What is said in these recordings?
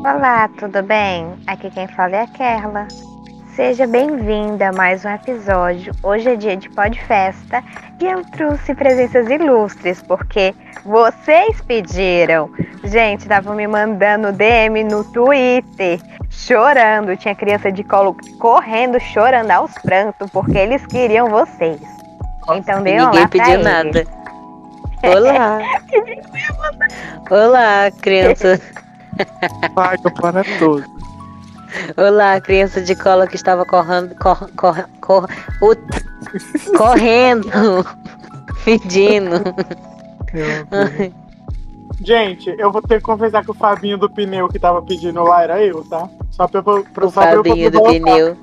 Olá, tudo bem? Aqui quem fala é a Kerla. Seja bem-vinda a mais um episódio. Hoje é dia de podfesta e eu trouxe presenças ilustres porque vocês pediram. Gente, estavam me mandando DM no Twitter, chorando. Tinha criança de colo correndo, chorando aos prantos porque eles queriam vocês. Então deu um Ninguém lá pra pediu eles. nada. Olá. Olá, criança. Paga para todos. Olá, criança de cola que estava correndo. Cor, cor, cor, ut, correndo. Pedindo. Meu Deus. Gente, eu vou ter que confessar que o Fabinho do pneu que tava pedindo lá era eu, tá? Só pra, eu- pra, O só pra eu Fabinho do poder voltar. pneu.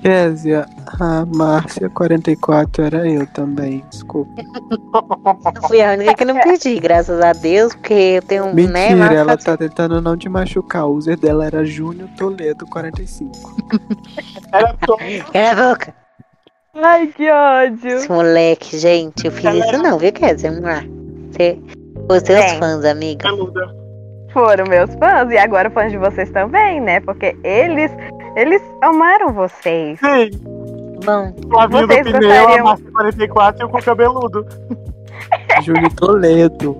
Kézia, a Márcia 44 era eu também, desculpa. Fui a única que não pedi, graças a Deus, porque eu tenho Hum, um né, Mentira, mas ela faz- tá tentando não te machucar. O user dela era Júnior Toledo 45. Era Tom, Cala a boca. Ai, que ódio! Esse moleque, gente, eu fiz isso não, viu, Kézia? Vamos lá. Você, é os seus Bem. fãs, amiga. peluda. foram meus fãs e agora fãs de vocês também, né? Porque eles eles amaram vocês. Sim, Bom, o Fabinho Vocês do pneu, gostariam- a Márcia 44 e o com cabeludo. Júnior Toledo.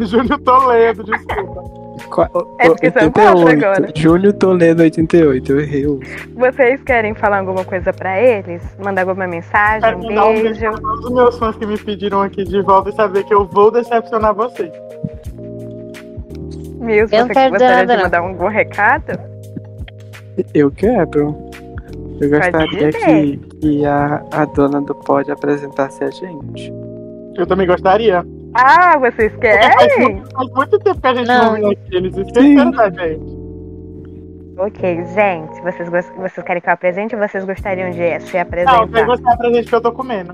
Júnior Toledo, desculpa. qua- É porque são quatro agora. 88. Júnior Toledo 88, eu errei. o- Vocês querem falar alguma coisa pra eles? Mandar alguma mensagem, Quero um mandar um beijo? beijo pra todos os meus fãs que me pediram aqui de volta e saber que eu vou decepcionar vocês. Mil, Eu se não você quero gostaria nada, de não. mandar algum recado? Eu quero. Eu gostaria que, dizer. que a, a dona do pod apresentasse a gente. Eu também gostaria. Ah, vocês Faz, querem? muito, faz muito tempo que a gente Não. não vem aqui, eles esqueceram da gente. ok, gente, vocês, gos- vocês querem que eu apresente ou vocês gostariam de se Não, vai apresentar? gostar pra gente que eu tô comendo.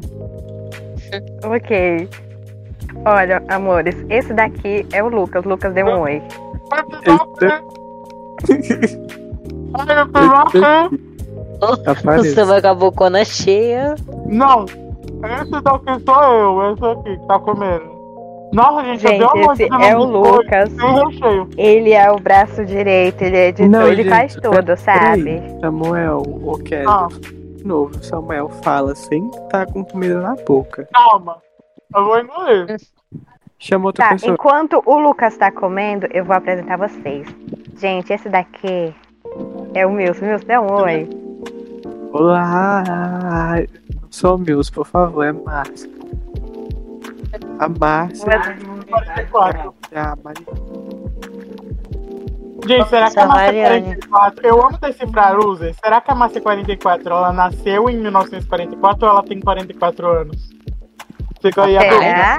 ok. Olha, amores, esse daqui é o Lucas. Lucas deu um oi. É, você é, Apareça. vai com a bocona cheia. Não, esse daqui sou eu, esse aqui que tá comendo. Nossa, gente, Gente, eu dei uma esse mordida é no o biscoito, Lucas. Sem recheio. Ele é o braço direito, ele é editor, Não, ele gente, faz tudo, peraí. sabe? Samuel, ô Kézia. Ah. De novo, Samuel fala sem estar com comida na boca. Calma, eu vou engolir. Uhum. Chama outra Tá, pessoa. enquanto o Lucas tá comendo, eu vou apresentar vocês. Gente, esse daqui é o Milson. Milson, dá um oi. Olá! Não sou Mills, por favor, é Márcia. A Márcia. É a Mari- Gente, será que Essa a Márcia Mariane. 44... Eu amo decifrar users. Será que a Márcia 44, ela nasceu em 1944 ou ela tem 44 anos? Fica aí a pergunta. Será?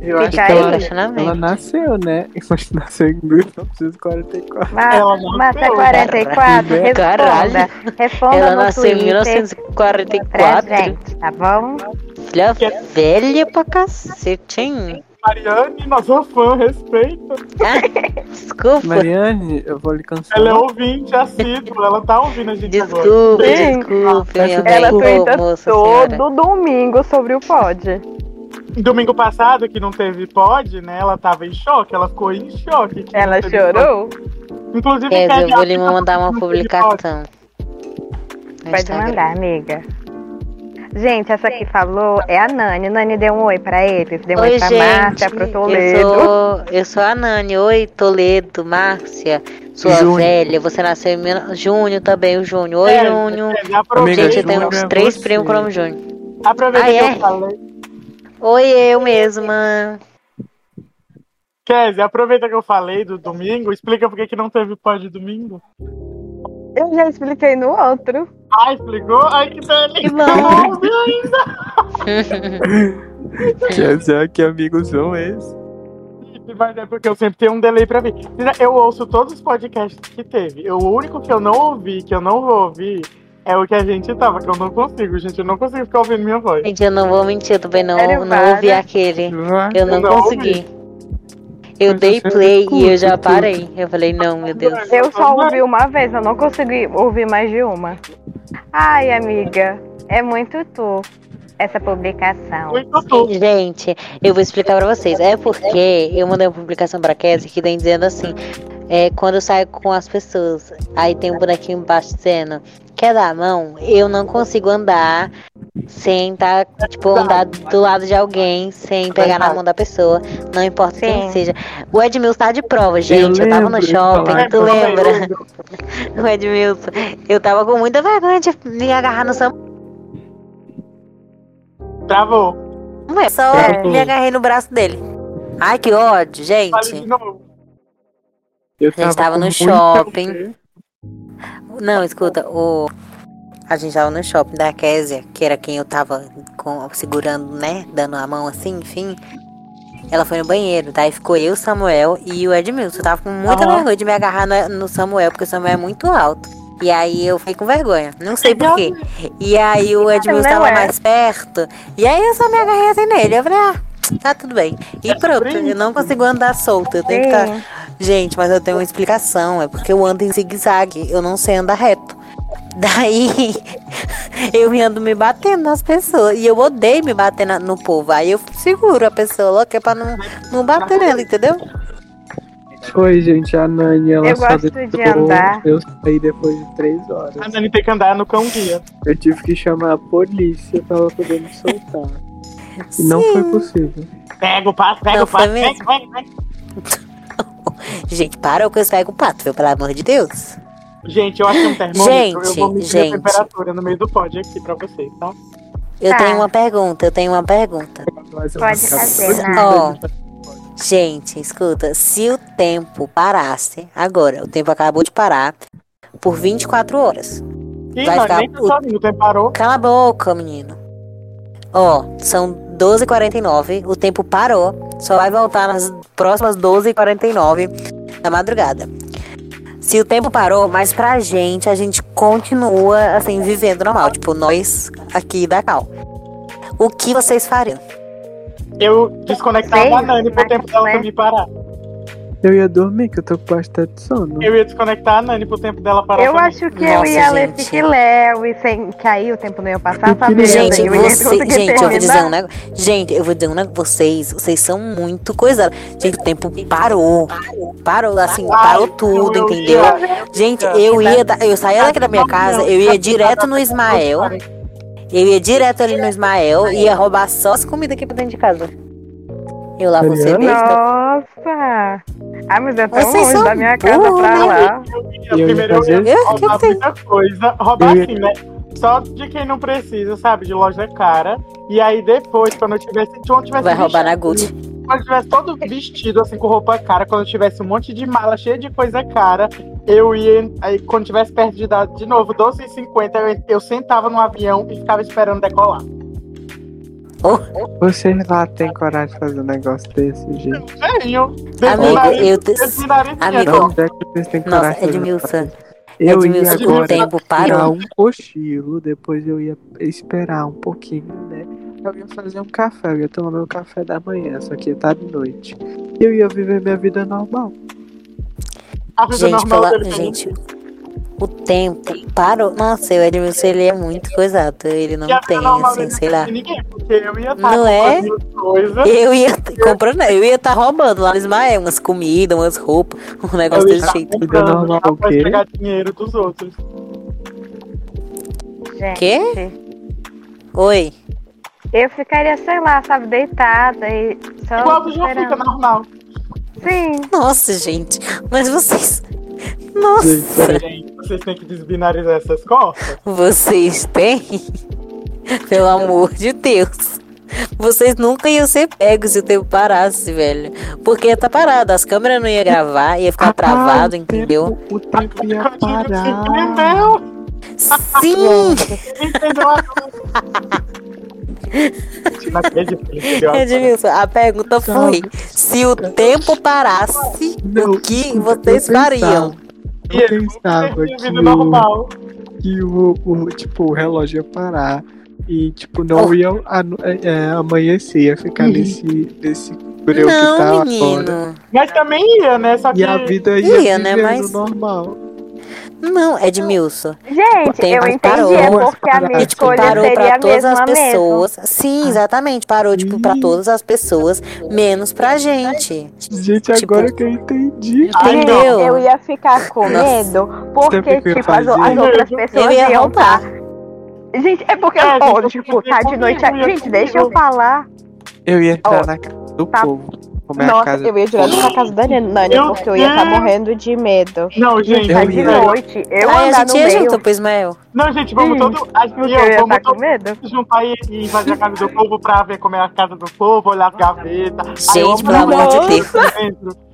Eu Fica acho que aí. ela, ela Questionamento. nasceu, né? Mas nasceu em 1944. Mas, Ela não mas é nasceu, 44, né? responda. Responda Ela no nasceu em Twitter pra 1944. gente, tá bom? Filha velha pra cacete, hein? Mariane, nossa fã, respeita. Ah, Desculpa. Mariane, eu vou lhe cancelar. Ela é ouvinte assídua, ela tá ouvindo a gente agora. Desculpa, Sim. desculpa, minha Ela mãe. tuita Ô, moça todo senhora. domingo sobre o pod. Domingo passado, que não teve pod, né? Ela tava em choque, ela ficou em choque. que Ela não teve chorou? pod. Inclusive, Kézia, É, eu Kézia, vou lhe mandar não uma teve pod. publicação. No Pode Instagram. mandar, amiga. Gente, essa que falou é a Nani. Nani deu um oi pra eles. Deu um oi, Oi, pra gente. Márcia, pro Toledo. Eu sou, eu sou a Nani. Oi, Toledo, Márcia. Sua Júnior. velha. Você nasceu em. mil- Júnior também, o Júnior. Oi, É, Júnior. Kézia, aproveita, Amiga, Gente, eu tenho Júnior uns é três você. primos com o nome Júnior. aproveita Ah, que é? eu falei. Oi, eu mesma. Kézia, aproveita que eu falei do domingo, explica por que que não teve pod domingo. Eu já expliquei no outro. Ah, explicou? Ai, que delícia. Que bom. Ouve aí. Quer dizer, que amigos são esses? Mas é porque eu sempre tenho um delay pra vir. Eu ouço todos os podcasts que teve. Eu- o único que eu não ouvi, que eu não vou ouvir, é o que a gente tava, que eu não consigo, gente. Eu não consigo ficar ouvindo minha voz. Gente, eu não vou mentir, eu também não, Sério, não ouvi Vara? aquele. Vai. Eu não Eu não consegui. Eu Mas dei você play e eu escuta já tudo. parei. Eu falei, não, meu Deus. Eu só ouvi uma vez, eu não consegui ouvir mais de uma. Ai, amiga, é muito tu essa publicação. Muito bom. Gente, eu vou explicar pra vocês. É porque eu mandei uma publicação pra Kézia que vem dizendo assim: é, quando eu saio com as pessoas, aí tem um bonequinho embaixo dizendo, quer dar a mão? Eu não consigo andar sem tá, tipo, andar do lado de alguém, sem pegar na mão da pessoa, não importa quem Sim. seja. O Edmilson tá de prova, gente, eu, tava no lembro de shopping, falar. tu lembra? O Edmilson, eu tava com muita vergonha de me agarrar no Samuel. Travou. Só É. me agarrei no braço dele. Ai, que ódio, Fale de gente. novo. Eu gente tava com no muita shopping. vergonha. Não, escuta, o. A gente tava no shopping da Késia, que era quem eu tava com- segurando, né? Dando a mão assim, enfim. Ela foi no banheiro, daí ficou eu, Samuel e o Edmilson. Eu tava com muita Aham. vergonha de me agarrar no, no Samuel, porque o Samuel é muito alto. E aí eu fiquei com vergonha, não sei porquê. E aí o Edmilson Não tava é. mais perto, e aí eu só me agarrei assim nele. Eu falei, ah, tá tudo bem. E pronto, eu não consigo andar solta, eu tenho que tá estar Sim. Gente, mas eu tenho uma explicação. É porque eu ando em zigue-zague. Eu não sei andar reto. Daí eu me ando me batendo nas pessoas. E eu odeio me bater na- no povo. Aí eu seguro a pessoa louca pra não, não bater nela, entendeu? Foi, gente, a Nani, ela Eu só gosto de andar. Eu saí depois de três horas. A Nani tem que andar no cão guia. Eu tive que chamar a polícia pra ela poder me soltar. E não Sim. foi possível. Pega o passo, pega Não, o passo. foi mesmo. Pega, pega, pega. Gente, para com esse pego pato, viu? Pelo amor de Deus. Gente, eu achei um termômetro. eu Gente, vou medir gente. a temperatura no meio do pod aqui pra vocês, tá? Eu Tá. tenho uma pergunta, eu tenho uma pergunta. Mas eu Pode ficava fazer, doida. Nani. Ó, gente, escuta, se o tempo parasse agora, o tempo acabou de parar por 24 horas. Ih, Vai Nani, ficar nem puto. sozinho, o tempo parou. Cala a boca, menino. Ó, são 12h49, o tempo parou, só vai voltar nas próximas 12h49 da madrugada. Se o tempo parou, mas pra gente, a gente continua, assim, vivendo normal. Tipo, nós aqui da Cal. O que vocês fariam? Eu desconectava Sei, a Nani pro mas tempo dela não é. também parar. Eu ia dormir, que eu tô com bastante sono. Eu ia desconectar a Nani pro tempo dela parar. Eu também. acho que eu Nossa, ia ler gente. fique Léo e sem cair o tempo não ia passar, tá vendo? Gente, eu ia você, conseguir gente, eu vou dizer um terminar. negócio. Gente, eu vou dizer um negócio. Vocês, vocês são muito coisados. Gente, o tempo parou. Parou, assim, parou tudo, eu ia- entendeu? Gente, eu ia, da- eu saía daqui da minha casa, eu ia direto no Ismael. Eu ia direto ali no Ismael e ia roubar só as comidas aqui pra dentro de casa. Eu lá você Ariana? besta. Nossa! Ah, mas é tão Vocês longe são da minha casa burros, pra né? lá. Eu Eu ia primeiro eu fazer- ia Eu? Que roubar que tem? muita coisa. Roubar Eu ia- assim, né? Só de quem não precisa, sabe? De loja cara. E aí depois, quando eu tivesse. se eu tivesse Vai roubar na vestido- assim, Gucci. Quando eu tivesse todo vestido, assim, com roupa cara, quando eu tivesse um monte de mala cheia de coisa cara, eu ia. Aí, quando tivesse perto de idade de novo, 12h50, eu, eu sentava no avião e ficava esperando decolar. Vocês lá têm coragem de fazer um negócio desse, gente. Tenho. Amigo, eu é te- amigo, Amigo, Onde é que vocês têm Nossa, coragem de fazer um Edmilson. negócio desse? Eu ia Edmilson, é o agora tempo tirar parou. um cochilo, depois eu ia esperar um pouquinho, né? Eu ia fazer um café, eu ia tomar meu café da manhã, só que ia estar de noite. Eu ia viver minha vida normal. a vida Gente, normal pela, dele. assim. gente, o tempo parou. Nossa, o Edmilson, ele é muito coisado. Ele não E a vida tem, tá normal assim, dele sei lá. não tem Ninguém, porque eu ia estar Não é? coisa. Eu ia t- comprando, eu ia estar roubando lá no Ismael umas comidas, umas roupas, um negócio Eu ia desse tá jeito. Vida comprando, normal, tá? Pra ok. pegar dinheiro dos outros. Gente, Quê? Oi. eu ficaria, sei lá, sabe, deitada e só. Igual tu já Tá esperando. fica normal. Sim, Nossa, gente. Mas vocês. Nossa, Gente, vocês têm que desbinarizar essas costas. vocês têm? Pelo amor de Deus. Vocês nunca iam ser pegos se o tempo parasse, velho. Porque ia tá parado, as câmeras não iam gravar, ia ficar travado, Ah, o entendeu? tempo- O tempo ia é Eu digo que se parar. entendeu? Sim! Entendeu a coisa? Não acredito, É entendeu? Edmilson, a pergunta foi: se o tempo parasse, Não, o que eu vocês pensava- fariam? E Eu ele Ah, pensava Tem que, vida normal. o- que o, o, tipo, o relógio ia parar e tipo, Oh. não ia anu- é, é, amanhecer, ia ficar nesse, nesse breu que tá Não, agora. menino. Mas também ia, né? Só que E a vida Ia, ia, né, vivendo mas- normal. Não, Edmilson. Gente, tempo eu entendi, parou, é porque a minha E, tipo, escolha parou seria pra a todas mesma as mesmo. Ah. pessoas. Sim, exatamente. Parou, tipo, pra todas as pessoas, menos pra gente. Gente, Tipo- agora que eu entendi. Ai, não. Entendeu? Eu ia ficar com Nossa. medo, porque, Sabe o que eu ia tipo, as, fazer? as outras Eu pessoas eu ia iam roubar. Gente, é porque, É, ó, gente, eu tipo, fiquei tá com de noite. medo, eu ia Gente, com deixa eu medo. falar. Eu ia entrar Ó, na casa do tá- povo. Como é a Nossa, casa eu ia direto pra casa da Nani, Meu porque eu ia estar Deus. morrendo de medo. Não, gente, Tá Eu de ia. noite, eu Aí a andar no gente ia meio. junto pro Ismael. Não, gente, vamos Hum, todo. Acho que Porque eu ia eu, estar vamos com todo medo. se juntar e, e invadir a casa do povo pra ver como é a casa do povo, olhar as gavetas. Ai, eu Gente, pelo amo amor de tudo Deus. isso dentro.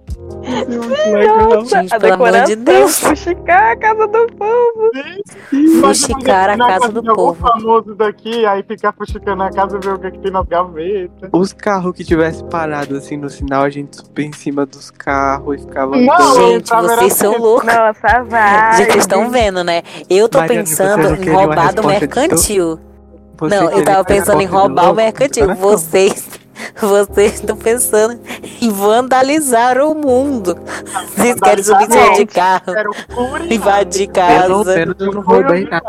legal. Gente, a pelo amor de decoração, Deus. fuxicar a casa do povo. Fuxicar a Na casa do de algum povo. famoso daqui, aí ficar fuxicando a casa e ver o que, que tem nas gavetas. Os carros que tivessem parado assim no sinal, a gente subia em cima dos carros e ficava. Não, Gente, pra ver vocês a são gente. loucos. Nossa, vai. Gente, vocês estão vendo, né? Eu tô Mariana, você pensando não em queria uma roubar do resposta de tu? mercantil. Você Não, eu queria tava que a pensando em porta roubar o do- mercantil. Ah, Vocês. Vocês estão pensando em vandalizar o mundo. Vocês querem subir em cima de um Gente. carro, Era o curi. invadir Pelo casa. menos eu não roubei nada.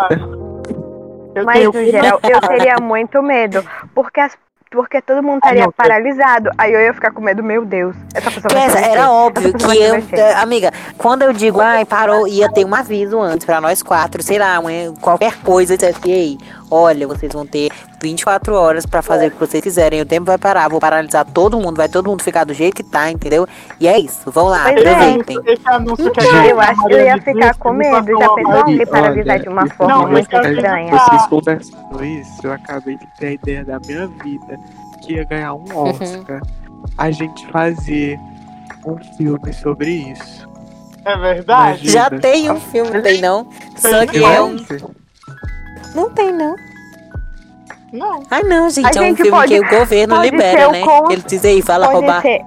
Eu Mas tenho um no geral, eu teria muito medo. Porque as- Porque todo mundo Ah, não, estaria eu- paralisado. Aí eu ia ficar com medo, meu Deus. Essa pessoa vai Pensa, se mexer. era óbvio Essa pessoa que vai eu. se mexer. Amiga, quando eu digo, ai, parou, ia ter um aviso antes pra nós quatro, sei lá, um- qualquer coisa, eu disse assim, ei, olha, vocês vão ter 24 horas pra fazer o que vocês quiserem, o tempo vai parar, vou paralisar todo mundo, vai todo mundo ficar do jeito que tá, entendeu? E é isso, vão lá, Pois é. aproveitem. Esse anúncio que a Então, gente- eu acho que eu ia ficar com Maria de medo. Cristo, Já me pensou passou uma- me paralisar olha, de uma me forma falou muito que a gente estranha? Vocês conversando isso, eu acabei de ter a ideia da minha vida que ia ganhar um Oscar. A gente fazer um filme sobre isso. É verdade? Já Vida. tem um filme, não tem não? Só que Eu é Eu- um. Não tem não. Não. Ah, não, gente, A é um gente filme pode- que o governo pode ser libera, o né? con- Ele diz aí, fala roubar. ser.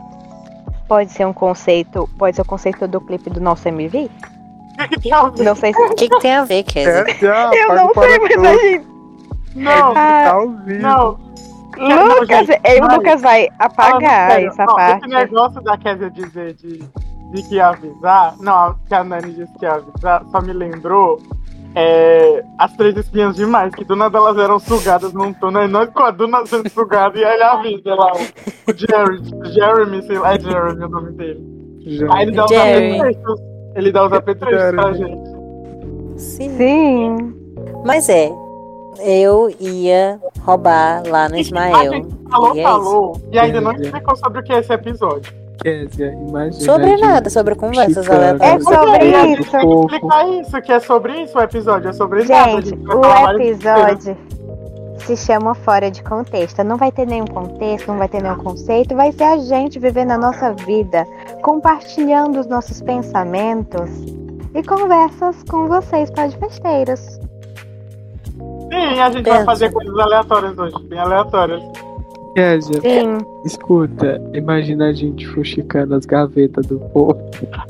Pode ser um conceito. Pode ser o conceito do clipe do nosso MV? Não sei se. O que, que tem a ver, É, É. Kézia? Eu não sei, mas a gente. Não, tá Ah, é. não. Não, é Lucas, gente, ei, o olha, Lucas vai falando apagar sério, essa ó, parte. Esse negócio da Kézia dizer de, de que ia avisar, não, que a Nani disse que ia avisar, só me lembrou é, as três espinhas demais, que do nada elas eram sugadas num túnel, e nós com a Duna sendo sugada, e aí ele avisa lá, o, o Jerry, Jeremy, sei lá, é Jeremy o nome dele. Aí ele dá os Jerry. apetrechos, ele dá os apetrechos pra Jeremy. gente. Sim. Sim. Mas é, eu ia roubar lá no A Ismael. gente falou, E é falou, e ainda não Jeremy. explicou sobre o que é esse episódio. Kézia, imagina. Sobre nada, sobre conversas É aleatórias. sobre E a isso. gente tem que explicar isso, que é sobre isso o episódio, é sobre nada, a Gente, vai falar o várias besteiras. episódio se chama Fora de Contexto. Não vai ter nenhum contexto, não vai ter nenhum conceito. Vai ser a gente vivendo a nossa vida, compartilhando os nossos pensamentos e conversas com vocês, podfesteiros. Sim, a gente Pensa. vai fazer coisas aleatórias hoje, bem aleatórias. Kézia, Sim. escuta, imagina a gente fuxicando as gavetas do povo.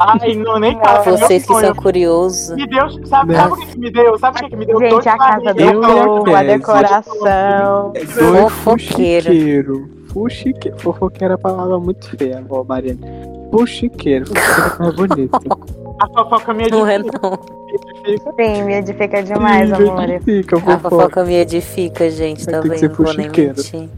Ai, não, nem fala. é meu Vocês que sonho. são curiosos. Me deu, sabe, sabe o que que me deu? Sabe o que que me deu? Dor Gente, de a casa barriga. do Eu não povo, a penso. decoração. É Fofoqueiro. dois fuxiqueiro. Fuxique... Fofoqueiro é uma palavra muito feia, ó, Mariana. Fuxiqueiro, fuxiqueiro é bonito. A fofoca minha Não é de não. fica. Sim, me edifica demais, Sim, amor. justifica, A fofoca. fofoca me edifica, gente, Vai ter também. que ser Não vou nem fuxiqueiro. mentir.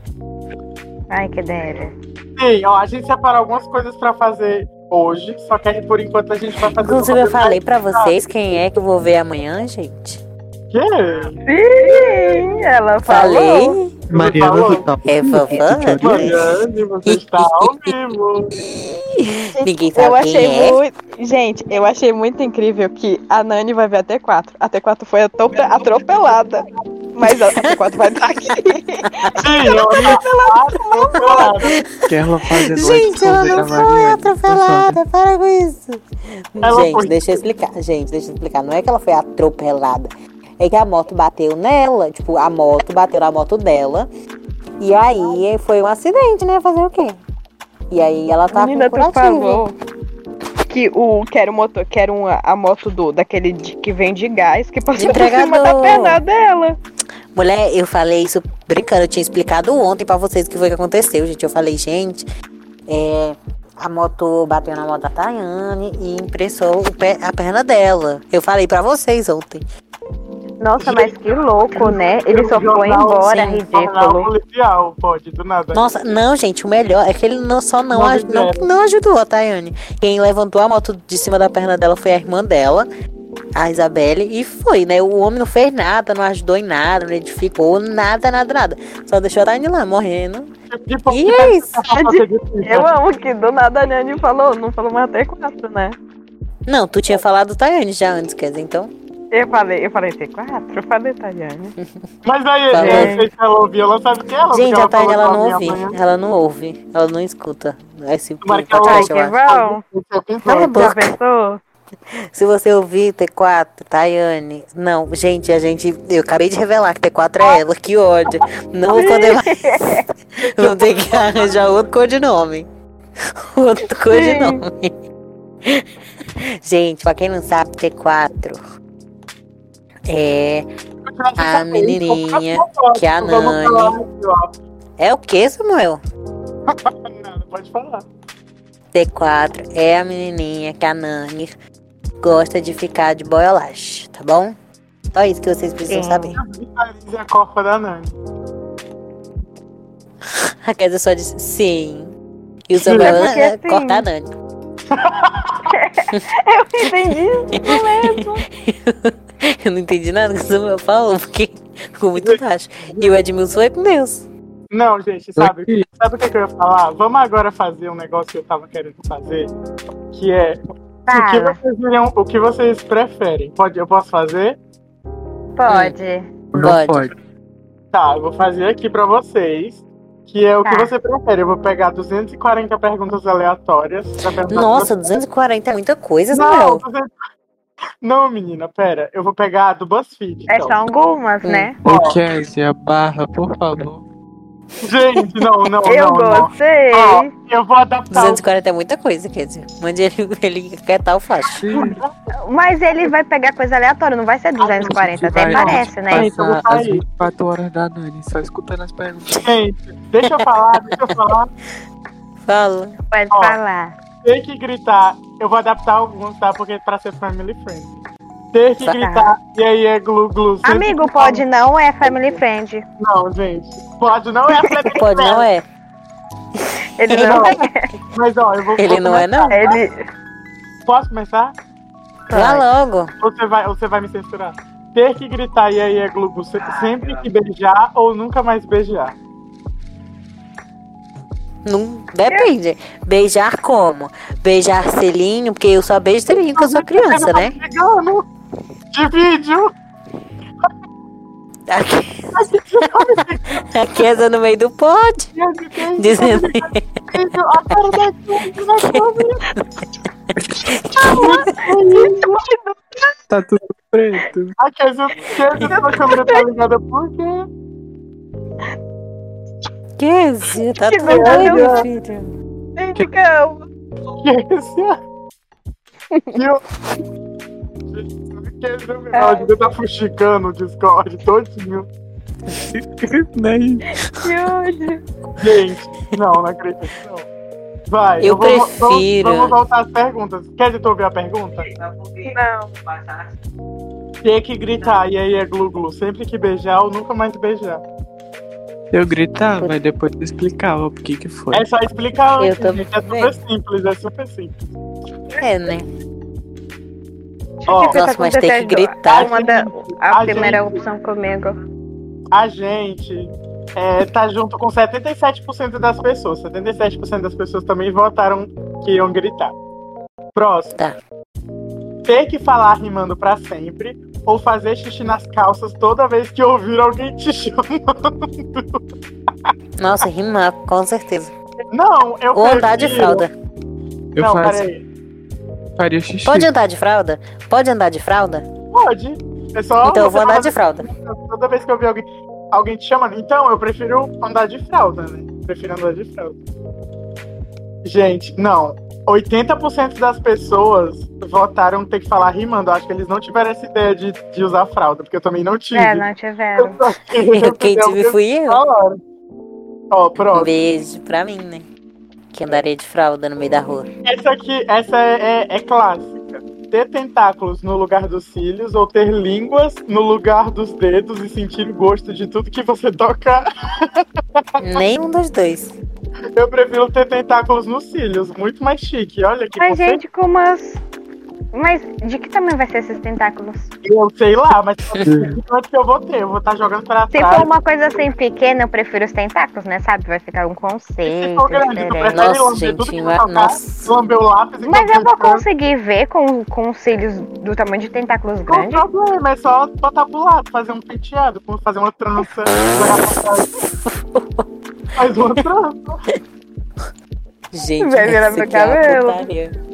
Ai, que delícia. Sim, ó, a gente separou algumas coisas pra fazer hoje, só que aí, por enquanto a gente vai fazer... Inclusive, eu falei pra vocês quem é que eu vou ver amanhã, gente. Quê? Sim, ela Falei. falou. Mariana, Falou. você tá É vovó? Mariane, você está ao vivo. Ninguém sabe Eu achei quem é. muito. Gente, eu achei muito incrível que a Nani vai ver a T4. A T4 foi atope- atropelada. Mas a a T4 vai estar aqui. Sim, eu falei. que ela fazendo Gente, ela não foi atropelada, para com isso. Ela gente, foi- deixa eu explicar. Gente, deixa eu explicar. Não é que ela foi atropelada. É que a moto bateu nela. Tipo, a moto bateu na moto dela. E aí foi um acidente, né? Fazer o quê? E aí ela tá Menina, com tu curativo. falou que o que era o motor, que era uma, a moto do daquele de- que vem de gás que passou por cima da Entregador. perna dela. Mulher, eu falei isso brincando. Eu tinha explicado ontem pra vocês o que foi que aconteceu, gente. Eu falei, gente, é, a moto bateu na moto da Tayane e impressou o pé- a perna dela. Eu falei pra vocês ontem. Nossa, mas que louco, né? Ele só foi Jornal, embora, sim. Jornal ridículo. policial, pode, do nada. Nossa, não, gente, o melhor é que ele não, só não, Não aj- não, fizeram. não ajudou a Tayane. Quem levantou a moto de cima da perna dela foi a irmã dela, a Isabelle, e foi, né? O homem não fez nada, não ajudou em nada, não edificou, nada, nada, nada. Só deixou a Tayane lá morrendo. De pouco E que é isso. tá pra fazer difícil. Eu amo que do nada a Nani falou, não falou mais T4, né? Não, tu tinha falado Tayane já antes, quer dizer, então. Eu falei, eu falei T4, eu falei tá, Tayane. Mas aí, Tá é, bom. sei se ela ouviu, ela sabe que é ela. Gente, porque a Tayane falou ela com não minha ouve. mãe. né? Ela não ouve. Ela não escuta. Esse Tomara que ela podcast, eu ouça. acho. Vão. Esse Cala a episódio. boca. Já pensou? Se você ouvir T4, Tayane. Não, gente, a gente. Eu acabei de revelar que T4 é ela, que ódio. Não vou poder mais. Vou ter que arranjar outro codinome. Outro codinome. Gente, pra quem não sabe, T4 é, a menininha que é a Vamos falar, ó. é o que, Samuel? Não, Pode falar. T4 é a menininha que a Nani gosta de ficar de boiolache, tá bom? Só isso que vocês precisam Sim. saber. Vitalize é a Copa da Nani. A Kézia só disse sim. E o Sim, é Samuel porque "Ah, assim- corta a Nani. Eu entendi isso mesmo. Eu não entendi nada que o Samuel falou, porque ficou muito baixo. E o Edmilson foi com Deus. Não, gente, sabe, sabe o que, que eu ia falar? Vamos agora fazer um negócio que eu tava querendo fazer, que é o que Fala, vocês, iriam, o que vocês preferem. Pode, eu posso fazer? pode. Não Pode. pode. Tá, eu vou fazer aqui pra vocês, que é o que Tá. você prefere. Eu vou pegar 240 perguntas aleatórias. pra perguntar Nossa, pra- 240 é muita coisa, não, Samuel. você- não, menina, pera. Eu vou pegar a do BuzzFeed. É então. só algumas, Hum. né? Ô, Kézia, barra, por favor. Gente, não, não, Eu não, não. gostei. Ó, eu vou adaptar o 240 é muita coisa, quer dizer. Mande ele, ele quietar o flash. Sim. Mas ele vai pegar coisa aleatória, não vai Ah, ser 240, gente, até vai, parece, né? Então vou Passar sair. as 24 horas da Nani, só escutando as perguntas. Gente, deixa eu falar, deixa eu falar. Fala. Pode Ó. falar. Ter que gritar. Eu vou adaptar alguns, tá? Porque é pra ser family friend. Ter que Tá. gritar. E aí é glu glu. Sempre Amigo, que pode não é family friend. fala- Não, gente. Pode não é family Pode, não é? friend. Ele não é. Mas ó, eu vou. Ele vou não é, não? Ele. começar. Posso começar? Vá logo. Ou você vai, ou você vai me censurar? Ter que gritar e aí é glu glu. se- sempre que beijar ou nunca mais beijar. Não depende. Beijar como? Beijar selinho, porque eu só beijo selinho porque eu sou criança, né? Vegano. De vídeo. Aqui, a Kesa no meio do pote, dizendo A cara da gente vai comer. Tá tudo preto. A Kézia, Kézia, sua câmera tá ligada por quê? Kesa, tá Que doido, meu vergonha. filho. Ficamos. Kézia? E eu... É. Kézia, o Ronaldo tá fuxicando o Discord todinho. Né, Nem. Que ódio. Gente, não, não acredito, não. Vai, Eu vou- vou- prefiro. Vamos, voltar às perguntas. Quer tu ouvir a pergunta? Não. Ter que gritar, e aí é glu-glu. Sempre que beijar ou nunca mais beijar. Eu gritava e depois eu explicava o que que foi. É só explicar Eu antes, também. gente. É super simples, é super simples. É, né? Ó, Nossa, mas tem que gritar. Uma da, A a primeira gente- opção comigo. a gente é, tá junto com 77% das pessoas. 77% das pessoas também votaram que iam gritar. Próximo. Tá. Ter que falar rimando pra sempre ou fazer xixi nas calças toda vez que ouvir alguém te chamando. Nossa, rimar, com certeza. Não, eu Ou andar de prefiro- fralda. Eu não, fazia- peraí. faria xixi. Pode andar de fralda? Pode andar de fralda? Pode. É só Então eu vou você andar falar de fralda. Toda vez que eu ouvir alguém, alguém te chamando. Então, eu prefiro andar de fralda, né? Prefiro andar de fralda. Gente, não. 80% das pessoas votaram ter que falar rimando. Eu acho que eles não tiveram essa ideia de, de usar fralda, porque eu também não tive. né? É, não tiveram. Eu só queria Quem saber o tive que fui eu. falaram. Ó, Um pronto. beijo pra mim, né? que andaria de fralda no meio da rua. Essa aqui, essa é, é- é clássica. Ter tentáculos no lugar dos cílios ou ter línguas no lugar dos dedos e sentir gosto de tudo que você tocar. Nem um dos dois. Eu prefiro ter tentáculos nos cílios, muito mais chique. Olha que Mas, conceito. gente, com umas. Mas de que tamanho vai ser esses tentáculos? eu sei lá, mas quanto que eu vou ter? Eu vou estar jogando pra Se trás. for uma coisa assim pequena, eu prefiro os tentáculos, né? Sabe? Vai ficar um Se conceito for grande, tu diferente. prefere Nossa, lamber tudo gente. que ima- tocar, Nossa. lamber o lápis e Mas é eu vou comer. conseguir ver com, com os cílios do tamanho de tentáculos Não tem grandes. problema, é só botar pro lado, fazer um penteado, como fazer uma trança. jogar pra trás. Faz uma trança. Vai Gente, mas virar isso meu aqui é uma cabelo. putaria.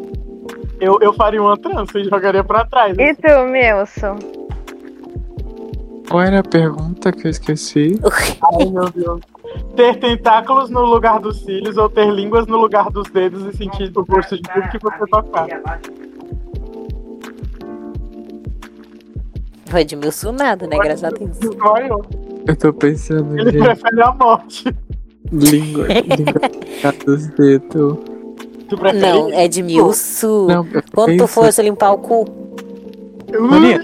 Eu, eu faria uma trança e jogaria pra trás. E tu, Milson? Qual era a pergunta que eu esqueci? Ai, meu Deus. Ter tentáculos no lugar dos cílios ou ter línguas no lugar dos dedos e sentir o gosto de tudo que você tocar. O Edmilson nada, né? Graças a Deus. Igual eu. Eu tô pensando Ele em prefere a morte. língua, língua dos dedos. Tu prefere? Não, Edmilson. Não, eu tô Quando tu pensando- fosse limpar o cu, Uh, Maria.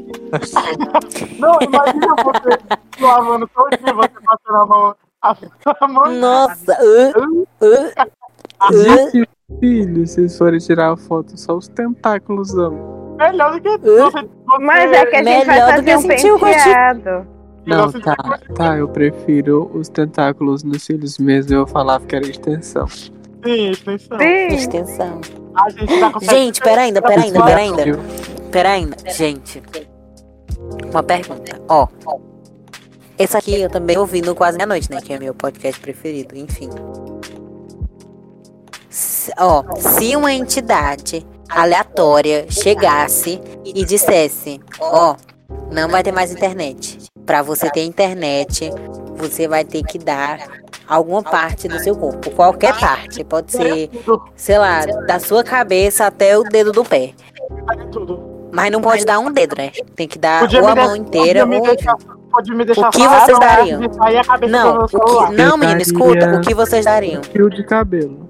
Não, imagina você lavando todinho, você passando a mão. A, a mão. nossa, uh, uh, uh, Gente, filho, se vocês forem tirar a foto, só os tentáculos. Não, Melhor do que Uh. você. você Mas é que a gente vai Melhor do que fazer um sentir o gostinho. penteado. não Nossa, tá, tá, eu prefiro os tentáculos nos cílios mesmo. Eu falava que era extensão. Sim, extensão. Sim. extensão. A gente tá com Gente, pera ainda, pera ainda, pera ainda. Viu? Pera ainda, gente. Uma pergunta, ó. Esse aqui eu também ouvi no Quase Meia Noite, né? Que é meu podcast preferido, enfim. Se- ó, se uma entidade aleatória chegasse e dissesse, ó, não vai ter mais internet. Pra você ter internet, você vai ter que dar alguma parte do seu corpo, qualquer parte. Pode tá ser, sei lá, da sua cabeça até o dedo do pé. Tudo. Mas não pode dar um dedo, né? Tem que dar Podia ou me a de- mão inteira podia ou. me deixar, pode me deixar O que falar, vocês não, é dariam? de sair a cabeça do Não, meu o celular. que... não, menino, daria- escuta. O que vocês dariam? Fio de cabelo.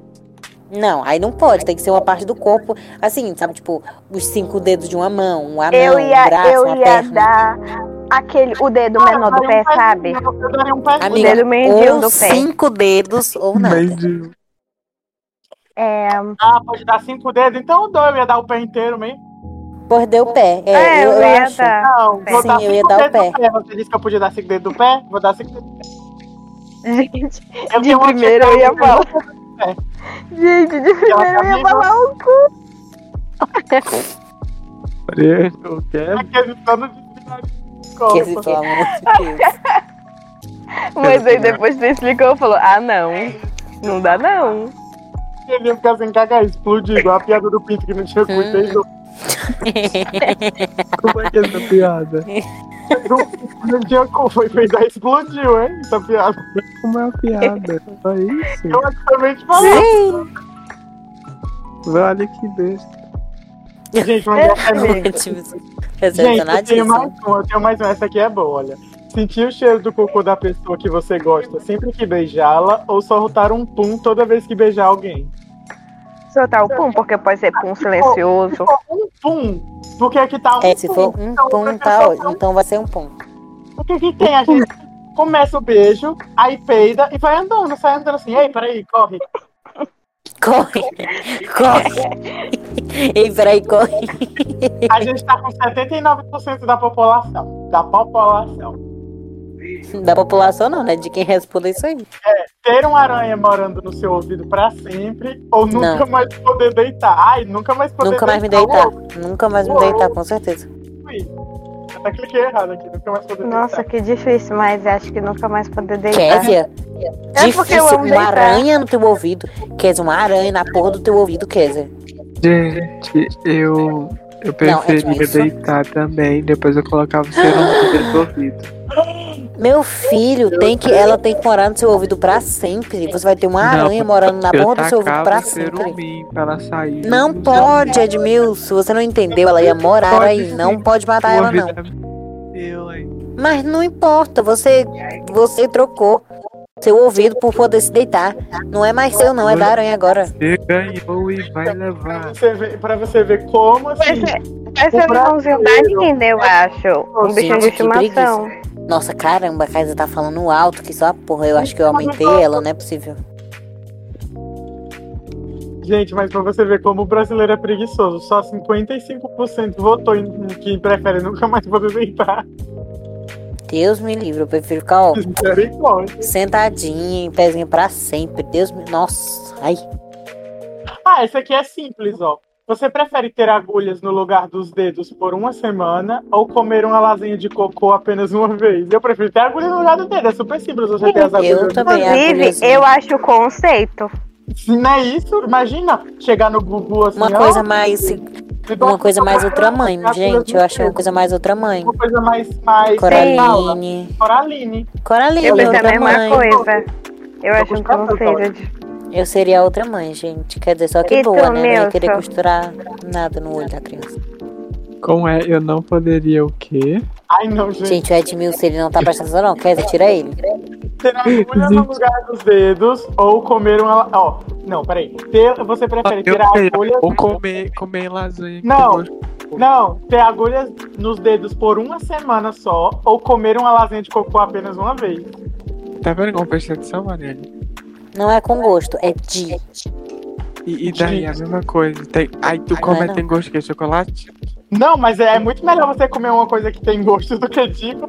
Não, aí não pode. Tem que ser uma parte do corpo. Assim, sabe? Tipo, os cinco dedos de uma mão, um anão, Eu um ia, braço, eu uma ia perna. dar aquele, o dedo é menor um do pé, sabe? Eu daria um pezinho. Amiga, dedo mindinho ou do pé. cinco dedos ou nada. Mas de- É, Ah, pode dar cinco dedos, então eu dou, eu ia dar o pé inteiro mesmo. Morder o pé. É, é, eu, eu, eu ia acho. dar. Não, vou Sim, dar eu cinco ia dar o dedos do pé. Você disse que eu podia dar cinco dedos do pé? Vou dar cinco dedos. Gente, Eu de tenho uma primeiro eu ia tia- falar. É. Gente, de primeiro eu ia amiga- falar um. o cu. Maria, eu quero. Aquele plano de um Que tá- esse, pelo escola. amor de Deus. Mas aí depois tu explicou e falou: ah, não. Não dá, não. Ele ia ficar sem cagar, explodir, igual a piada do Pinto que não tinha cu. entendeu? Como é que é essa piada? Não- Não tinha cu, foi feita, explodiu, hein? Essa piada. Como é a piada? Só isso. Eu acho que também te um falei. Vale que besta. Gente, mas essa é minha. Gente, eu tenho mais um Decepcionadíssimo. uma, eu tenho mais uma. Essa aqui é boa, olha. Sentir o cheiro do cocô da pessoa que você gosta sempre que beijá-la ou soltar um pum toda vez que beijar alguém? Soltar o pum, porque pode ser pum silencioso. Um pum! Do que é que tá um É, se pum? for um pum, tá ótimo. Então vai ser um pum. O que que tem? A gente começa o beijo, aí peida e vai andando, sai andando assim. Ei, peraí, corre. Corre! um Corre! Ei, peraí, corre! A gente tá com 79% da população. Da população. Da população não, né? De quem responde isso aí. Ter uma aranha morando no seu ouvido pra sempre ou nunca Não. mais poder deitar. Ai, nunca mais poder Nunca mais me deitar. deitar. Nunca mais me deitar, com certeza. Eu até cliquei errado aqui, nunca mais poder Nossa, deitar. que difícil, mas acho que nunca mais poder deitar. Kézia? É porque eu Difícil, amo uma deitar. aranha no teu ouvido. Kézia, uma aranha na porra do teu ouvido, Kézia. Gente, eu. Eu Não, é preferia isso. deitar também. Depois eu colocava o serum no dedo do ouvido. Meu filho, tem que, ela tem que morar no seu ouvido pra sempre. Você vai ter uma Não, aranha morando na eu porra do seu ouvido pra tacava o sempre. serum em mim pra ela sair. Não pode, Edmilson. Você não entendeu. Ela ia morar Pode aí. sim. Não pode matar tá, ela, não. Meu, hein? Mas não importa. Você, você trocou. seu ouvido por poder se deitar. Não é mais seu, não, é da aranha agora. Você ganhou e vai Pra levar. você ver, pra você ver como Vai assim. ser, vai ser O é um mãozinho da brasileiro- Nina, eu acho. Um bicho de Gente, que estimação. Nossa, caramba, a Kaisa tá falando alto que só a porra. Eu acho que eu aumentei ela, não é possível. Gente, mas pra você ver como o brasileiro é preguiçoso, só 55% votou em em que prefere nunca mais poder deitar. Deus me livre, eu prefiro ficar, ó, Misericórdia. sentadinha, em pezinho pra sempre. Deus me. Nossa, ai. Ah, esse aqui é simples, ó. Você prefere ter agulhas no lugar dos dedos por uma semana ou comer uma lasanha de cocô apenas uma vez? Eu prefiro ter agulha no lugar do dedo, é super simples você ter as Eu agulhas. também. Bem, Inclusive, agulhazinha. eu acho o conceito. Se não é isso, imagina chegar no Gugu assim, Uma ó, coisa mais. me dá Uma coisa mais cocô pra ultraman, agulhas gente. no Eu achei uma dedo. coisa mais ultraman. Uma coisa mais. mais Paula, Coraline. Coraline. Coraline, Eu pensei a outra mesma mãe. coisa. Eu acho um gostando, Paula. conceito. de- Eu seria outra mãe, gente. Quer dizer, só que E tu, boa, né? Não ia Nilson? querer costurar nada no olho da criança. Como é? Eu não poderia o quê? Ai, não, gente. Gente, o Edmilson, ele não tá prestando atenção, não. Quer dizer, tira ele. Ter agulha no lugar dos dedos ou comer uma. Ó, não, peraí. Ter, você prefere ter agulhas. Ou comer, comer lasanha. que Não. eu gosto. Não, ter agulhas nos dedos por uma semana só ou comer uma lasanha de cocô apenas uma vez. Tá vendo como presta atenção, Mariane? Não é com gosto, é de. E, e daí Gente. a mesma coisa. Tem, aí tu Ah, come, não. tem gosto que é chocolate? Não, mas é, muito melhor você comer uma coisa que tem gosto do que tipo.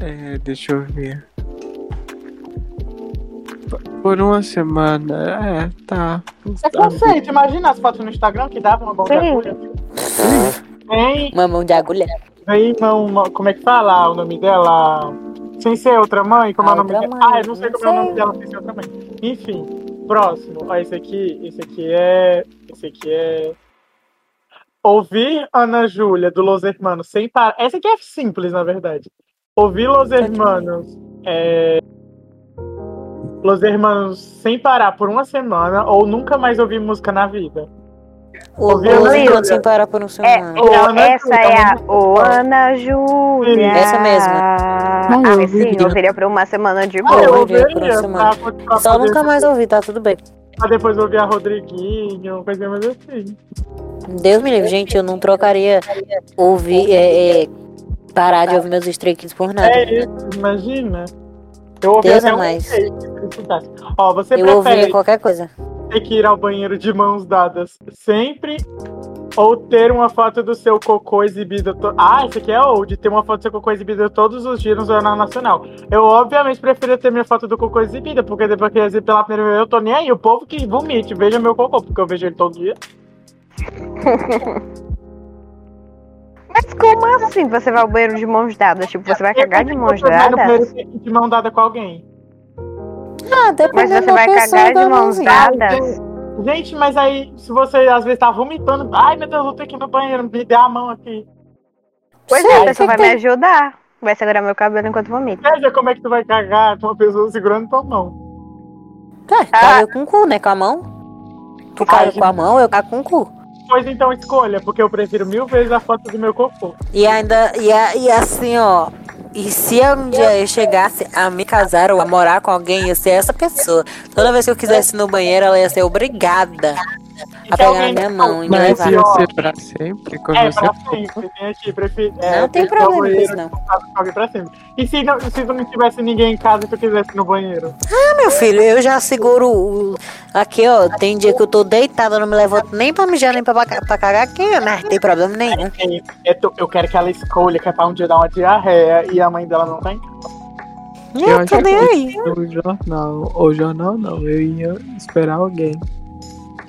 É, deixa eu ver. P- Por uma semana, é, tá. É conceito. Imagina as fotos no Instagram que davam uma mão de Sim. agulha. Vem, Uma mão de agulha. vem, mão, mão- como é que fala o nome dela? Sem ser outra mãe? Como A é o nome outra dela? mãe, Ah, eu não sei não como é o nome sei. dela, sem ser outra mãe. Enfim, próximo. Ó, esse aqui, esse aqui é. Esse aqui é. Ouvir Ana Júlia do Los Hermanos sem parar. Essa aqui é simples, na verdade. Ouvir Los Hermanos. é, Los Hermanos sem parar por uma semana ou nunca mais ouvir música na vida. O Ô, Viana, Lula, Júlia. quando se parar por um É, semana. o- Ana essa Júlia, é a Ana Júlia. o Ana Júlia. Essa mesma. Ah, eu mas sim, ouviria. eu viria por uma semana de Ah, eu boa. ouviria por uma ouviria, semana. pra- pra Só poder- nunca mais ouvir, tá tudo bem. pra Ah, depois ouvir a Rodriguinho, coisa mais assim. Deus me livre, gente, eu não trocaria ouvir, é, é, parar de ouvir meus Stray Kids por nada. É isso, imagina. Eu ouvi Deus até é um mais. jeito se ele escutasse. Ó, você Eu ouviria prefere qualquer coisa. ter que ir ao banheiro de mãos dadas sempre ou ter uma foto do seu cocô exibida... To... Ah, esse aqui é old. Ter uma foto do seu cocô exibida todos os dias no Jornal Nacional. Eu, obviamente, preferia ter minha foto do cocô exibida, porque depois que eu exibi pela primeira vez, eu tô nem aí. O povo que vomite, veja meu cocô, porque eu vejo ele todo dia. Mas como assim você vai ao banheiro de mãos dadas? Tipo, você vai cagar de mãos dadas? De mão dada com alguém. Ah, Mas dependendo você da vai pessoa, cagar de dá mãos mãozinha. dadas? Gente, mas aí, se você às vezes tá vomitando, ai meu Deus, vou ter que ir no banheiro, me dá a mão aqui. Pois Sei, é, a pessoa que vai me ajudar. Vai segurar meu cabelo Hum. enquanto vomita. Veja como é que tu vai cagar com uma pessoa segurando tua mão. Tá, caiu com o cu, né? Com a mão. Tu caiu com a mão, eu caio com o cu. Pois então escolha, porque eu prefiro mil vezes a foto do meu cocô. E ainda, e, a- e assim, ó. E se um dia eu chegasse a me casar ou a morar com alguém, eu ia ser essa pessoa. Toda vez que eu quisesse ir no banheiro, ela ia ser obrigada E a se pegar alguém na minha mão e me Mas levar. ia ser pra sempre? Quando é você pra sempre, tem aqui, prefiro. É, Não tem prefiro ao problema com isso, banheiro, não. sabe, alguém pra sempre. E se não, se não tivesse ninguém em casa e tu quisesse ir no banheiro? Meu filho, eu já seguro o. Aqui, ó. Tem dia que eu tô deitada, eu não me levanto nem pra mijar, nem pra, baca- pra cagar aqui, né? Não tem problema nenhum. É, tu- eu quero que ela escolha, que é pra um dia dar uma diarreia e a mãe dela não tá em casa. Eu acho tô que nem aí. no jornal. Ou jornal não, eu ia esperar alguém.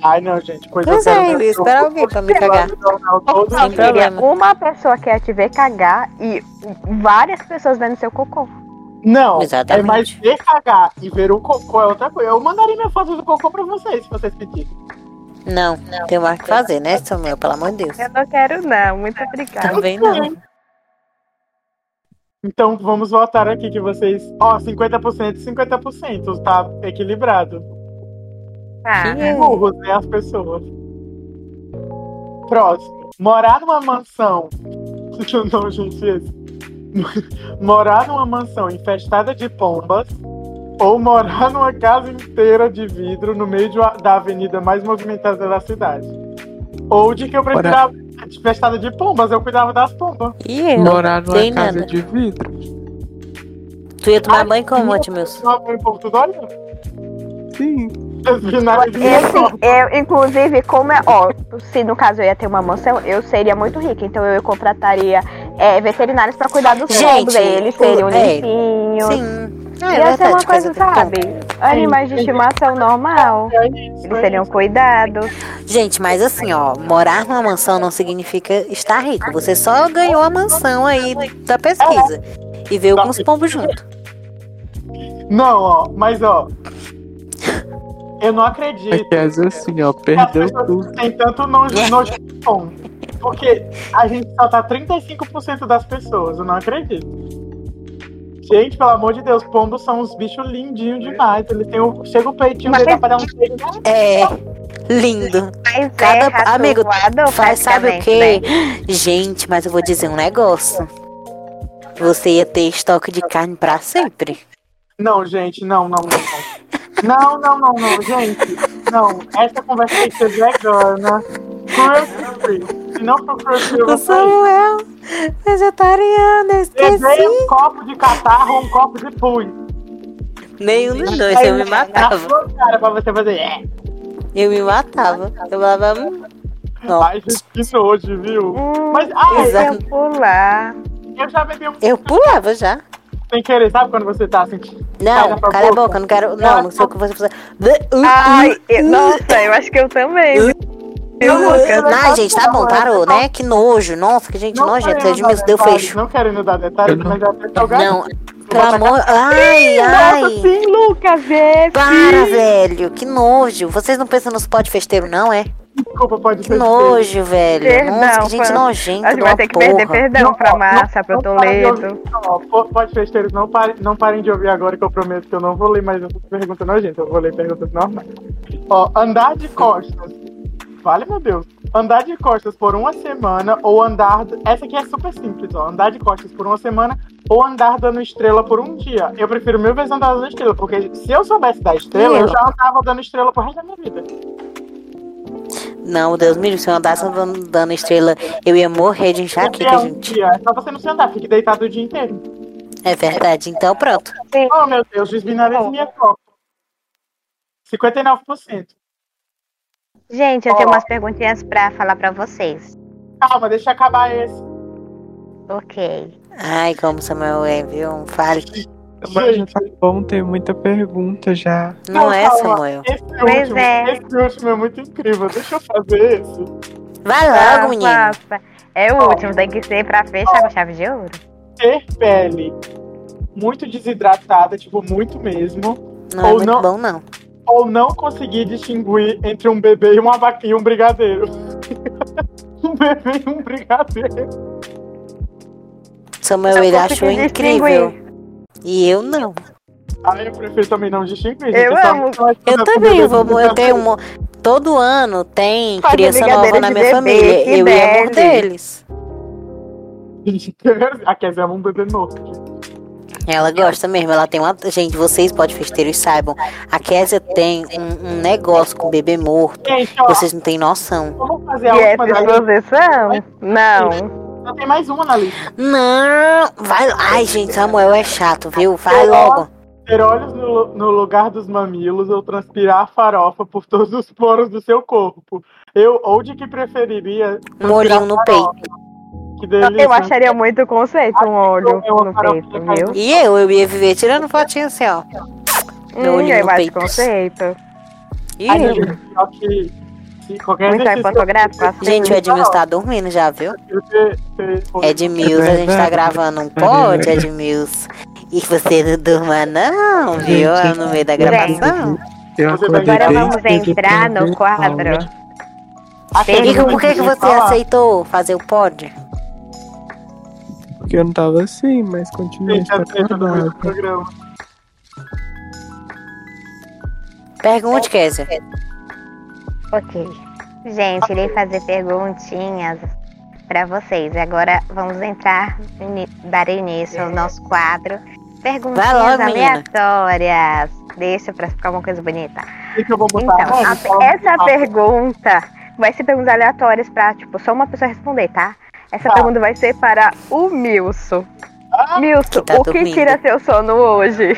Ai não, gente, pois Pois eu quero é, ver eu ia seu esperar cocô alguém pra me lá no cagar. jornal todo Não, Sem dia. queria problema. uma pessoa que é ia te ver cagar e várias pessoas vendo seu cocô. Não, Exatamente. é mais ver cagar e ver o cocô é outra coisa. Eu mandaria minha foto do cocô pra vocês, se vocês pedirem. Não, tem mais o que fazer, né, seu meu? Pelo amor de Deus. Eu não quero, não. Muito obrigada. Também não. Então vamos votar aqui que vocês. Ó, 50% e 50%, tá equilibrado. Ah, É. Burros, né, as pessoas. Próximo. Morar numa mansão. um Não, gente, esse. Morar numa mansão infestada de pombas Ou morar numa casa inteira de vidro no meio de uma- da avenida mais movimentada da cidade. Ou de que eu precisava de festada de pombas, eu cuidava das pombas. E eu? Morar numa Tem casa nada. de vidro? Tu ia tomar Ai, banho como, minha- Otimus? Tava em Porto Dourado. Sim. E assim, eu, inclusive, como é. Ó, se no caso eu ia ter uma mansão, eu seria muito rica. Então eu contrataria é, veterinários pra cuidar dos Gente, pombos. aí Eles seriam o- é. limpinhos. Sim. Ah, Ia ser uma verdade, coisa, do tom. sabe? Animais de estimação normal. Eles seriam cuidados. Gente, mas assim, ó, morar numa mansão não significa estar rico. Você só ganhou a mansão aí da pesquisa. E veio com os pombos junto. Não, ó, mas ó. Eu não acredito. Aqui é assim, ó, que as perdeu pessoas tudo. têm tanto nojo, nojo de pão. Porque a gente só tá 35% das pessoas, eu não acredito. Gente, pelo amor de Deus, pombos são uns bichos lindinhos demais. Eles têm o, chega o peitinho Mas- dele dá pra dar um beijo. É. Lindo. Mas Cada- é rato amigo, voador, Faz sabe o praticamente, quê? né? Gente, mas eu vou dizer um negócio. Você ia ter estoque de carne pra sempre. Não, gente, não, não, não. Não, não, não, não, gente. Não, essa conversa tem que ser vegana. Cruelty free. Se não for cruelty free, eu vou sair. Samuel, vegetariana, Levei um copo de catarro ou um copo de pus. Nenhum dos dois, eu me Na matava. sua cara pra você fazer. É. Eu me matava. Eu falava. "Hum, Não. Ai, gente, que nojo, viu? Hum, Mas, ai, Exato. eu pular. eu já bebi um Eu pulava já. sem querer, sabe quando você tá assim? Não, Cala a cala a boca. boca, eu não quero. Não, não sei o que você uh, precisa. Ai, eu- nossa, eu acho que eu também. Eu- Viu, Lucas? uh, Ai, gente, tá bom, parou, né? Que nojo. Nossa, que gente é nojenta. Eu admiro, deu fecho. Não querendo dar detalhes, Eu não- mas é até salgado. Não, pelo amor. Ai, Nossa, ai. sim, Lucas, é. Para, velho. Que nojo. Vocês não pensam nos potes festeiro, não, é? Desculpa, pode Que nojo, velho. Nossa, Perdão, que gente foi- nojenta. A gente de uma vai ter que perder porra. perdão Não, pra não, Márcia, pro não parem de Toledo. ouvir, não, ó. Pode festeiros, não parem, não parem de ouvir agora que eu prometo que eu não vou ler mais essas perguntas, não, gente. Eu vou ler perguntas normais. Ó, andar de costas. Vale, meu Deus. Andar de costas por uma semana ou andar. Essa aqui é super simples, ó. Andar de costas por uma semana ou andar dando estrela por um dia. Eu prefiro mil vezes andar dando estrela, porque se eu soubesse dar estrela, eu já andava dando estrela pro resto da minha vida. Não, Deus me livre. Se eu andasse dando dando estrela, eu ia morrer de Porque enxaqueca, é um gente. dia. É só você não se andar, fique deitado o dia inteiro. É verdade. Então, pronto. Oh, meu Deus, desbinarize minha copa. 59%. Gente, eu tenho Ó. umas perguntinhas pra falar pra vocês. Calma, deixa eu acabar esse. Ok. Ai, como Samuel é, viu? Fale. Mas já Gente, tá bom, tem muita pergunta já. Não é, Samuel. esse Pois último, é. esse último é muito incrível. Deixa eu fazer esse. Vai logo, Nossa, menino. É o Ó. último, tem que ser pra fechar com chave de ouro. Ter pele muito desidratada, tipo, muito mesmo, Não é Ou muito não. bom, não. ou não conseguir distinguir entre um bebê e uma vaquinha, um brigadeiro. um bebê e um brigadeiro. Samuel, Não ele consegui achou incrível. E eu não. Aí eu prefiro também não distinguir. Eu gente, Então, só- amo. só- Eu só- também, é bebê vou, eu brigadeiro. tenho um. Todo ano tem Faz criança brigadeiro nova na de minha bebê, família. que Eu ia amor deve. deles. um. A Kézia ama um bebê novo. Ela gosta mesmo, ela tem uma. Gente, vocês podem festeiros saibam. A Késia tem um, um negócio com bebê morto. Gente, ó, Vocês não têm noção. vamos fazer E a essas última da lista. vocês são? Não. Só tem mais uma na lista. Não! Vai. Ai, gente, Samuel é chato, viu? Vai logo. Ter olhos no, lu- no lugar dos mamilos ou transpirar farofa por todos os poros do seu corpo. Eu, ou de que preferiria. Um olhinho no peito. Que delícia. Eu acharia muito conceito um olho eu- eu- no peito, viu? E eu, eu ia viver tirando fotinho assim, ó. Meu Hum, olho eu no acho peito. conceito. Ih, Ai, meu Deus, pior que. se qualquer Muito exercício- fotográfico, assim. gente, o Edmilson tá dormindo já, viu? Eu ter- ter- Edmilson, a gente tá verdade. gravando um pod, Edmilson. E você não durma não, viu? Gente, No meio da gente. gravação. Eu Você acordei vai- Agora bem vamos cedo pra entrar no ver né? quadro. aula. Ah, Tem- E por que, que você Fala. aceitou fazer o pod? Porque eu não tava assim, mas continuei Gente, a treta do acordado. meu programa. Pergunte, Kézia. Ok. Gente, irei fazer perguntinhas pra vocês. Agora vamos entrar, ini- dar início ao nosso quadro Perguntinhas Vai logo, menina. aleatórias. Deixa pra ficar uma coisa bonita. E que eu vou Então, botar? Ah, a- fala- essa ah, pergunta vai ser perguntas aleatórias pra, tipo, só uma pessoa responder, tá? Essa Tá. pergunta vai ser para o Milson. Ah. Milson, Que tá o que dormindo. tira seu sono hoje?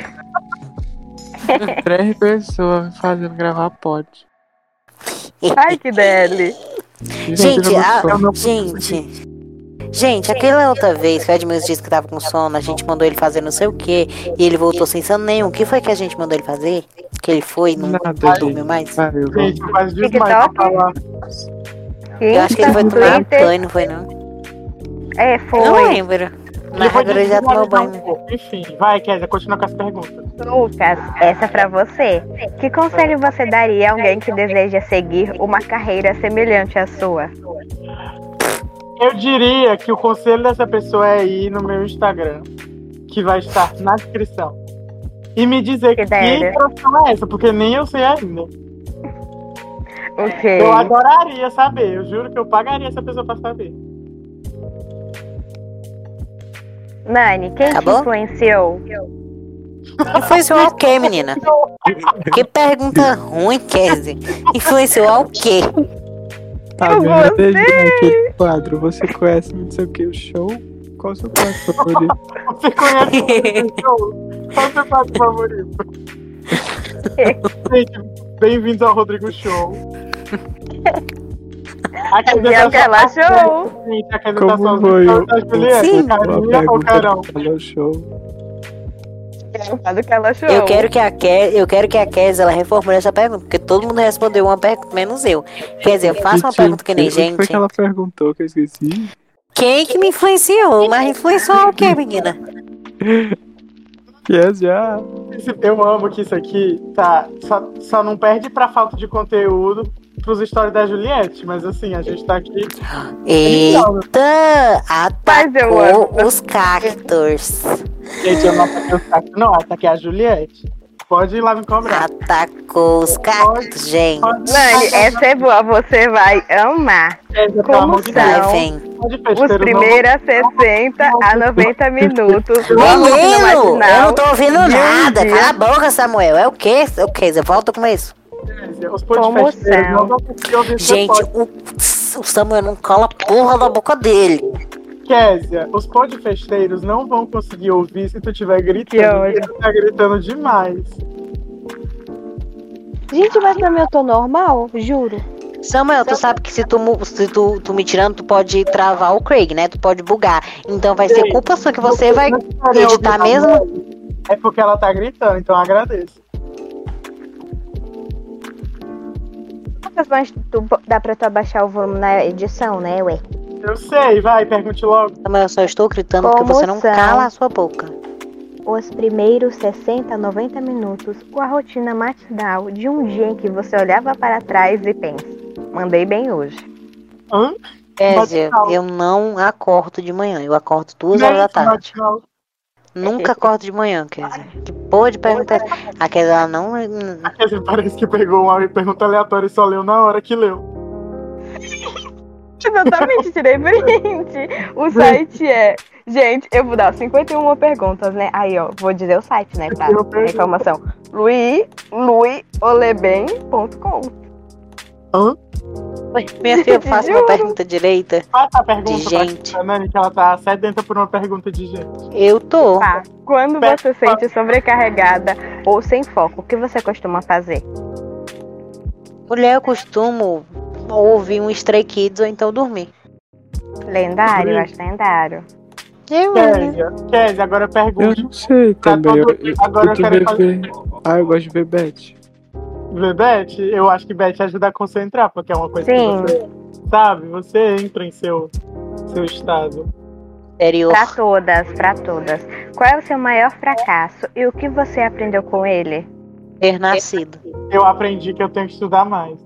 Três pessoas me fazendo gravar pod. Ai, que dele. Gente, a- eu não- gente. Gente, aquela outra vez que o Edmilson disse que tava com sono, a gente mandou ele fazer não sei o que, e ele voltou sem sono nenhum. O que foi que a gente mandou ele fazer? Que ele foi e não Nada, dormiu mais? Valeu, Gente, mas diz TikTok? mais pra falar. Eu acho que ele foi tomar Twitter. banho, não foi não? É, Não foi. lembro. E eu Mas vou agora ele já tomou desvisualizar um banho. pouco. Enfim, vai, Kézia, continua com as perguntas. Lucas, essa é pra você. Que conselho você daria a alguém que deseja seguir uma carreira semelhante à sua? Eu diria que o conselho dessa pessoa é ir no meu Instagram, que vai estar na descrição. E me Que dizer que, ideia. profissão é essa, porque nem eu sei ainda. Ok. Eu adoraria saber, eu juro que eu pagaria essa pessoa pra saber. Nani, quem te Acabou? influenciou? Influenciou ao quê, menina? Que pergunta ruim, Kézia. Influenciou ao quê? Tá Eu vendo vou desde aquele quadro? Você conhece não sei o que, o show? Qual o seu quadro favorito? Você conhece o show? Qual é o seu quadro favorito? Gente, bem-vindos ao Rodrigo Show. A É Bianca, ela show. Gente, a Como apresentação foi o- do da Julieta, Sim. Carminha ou Carão? Valeu, show. Perguntado que ela chorou. Eu quero que a Kézia, eu quero que a Kézia ela reformule essa pergunta, porque todo mundo respondeu uma pergunta, menos eu. Quer dizer, eu faço uma Gente, pergunta que nem o um que Foi gente. que ela perguntou que eu esqueci. Quem que me influenciou? Mas influenciou ao quê, menina? Yes, já. Esse- Eu amo que isso aqui tá. Só, só não perde pra falta de conteúdo pros stories da Juliette, mas assim, a gente tá aqui. Eita! Mas eu amo. Atacou os cactos. Gente, eu não ataquei o saco. Não, ataquei a Juliette. Pode ir lá me cobrar. Atacou os cactos, gente. Pode, Nani, essa é boa, você vai amar. Kézia, pelo como amor de tá? Deus, Vai, vem. pode Os festeiro, não. primeiros 60 a 90 minutos. Vamos no Menino, eu não marginal. tô ouvindo nada. Deus. Cala a boca, Samuel. É o quê? O quê? Você volta com isso? Kézia, Os Como podfesteiros são? não vão conseguir ouvir seu Gente, podcast. o, o Samuel não cola a porra da boca dele. Kézia, os podfesteiros não vão conseguir ouvir se tu tiver Que gritando. ódio. porque Tu tá gritando demais. Gente, mas não eu tô normal, juro. Samuel, tu sabe que se tu, mu- se tu, tu me tirando, tu pode travar o Craig, né? Tu pode bugar. Então vai ser Gente, culpa sua que você vai. Não querem ouvir editar a mesmo? Mari, tá É porque ela tá gritando, então eu agradeço. Lucas, mas tu, dá pra tu abaixar o volume na edição, né, ué? Eu sei, vai, pergunte logo. Samuel, eu só estou gritando porque Como você não são? cala a sua boca. Os primeiros 60 a 90 minutos, com a rotina matinal de um dia em que você olhava para trás e pensa, mandei bem hoje. Hã? É, Kézia, Matinal. eu não acordo de manhã. Eu acordo duas horas da Gente, tarde. Matinal. Nunca acordo de manhã, Kézia. Que porra de pergunta. é essa? A Kézia, ela não. Quer dizer, Parece que pegou uma pergunta aleatória e só leu na hora que leu. Exatamente, tirei print. O site é. Gente, eu vou dar 51 perguntas, né? Aí, ó, vou dizer o site, né? Pra Eu pergunto. informação. Lui, luiolebem.com. Minha filha, eu faço uma pergunta direita. Faça é a pergunta De pra gente. pra Nani, que ela tá sedenta por uma pergunta de gente. Eu tô. Tá. Quando você sente sobrecarregada ou sem foco, o que você costuma fazer? Mulher, eu costumo ouvir um Stray Kids ou então dormir. Lendário, eu acho lendário. Eu, eu, Kézia, Kézia, agora Eu pergunte. não sei Pra também. Eu, tá todo- eu, agora eu curto quero fazer. ver- Ah, eu gosto de ver Beth. Vê, Beth, eu acho que Beth ajuda a concentrar, porque é uma coisa Sim. que você sabe, você entra em seu, seu estado. interior. Pra todas, pra todas. Qual é o seu maior fracasso e o que você aprendeu com ele? ter nascido. Eu aprendi que eu tenho que estudar mais.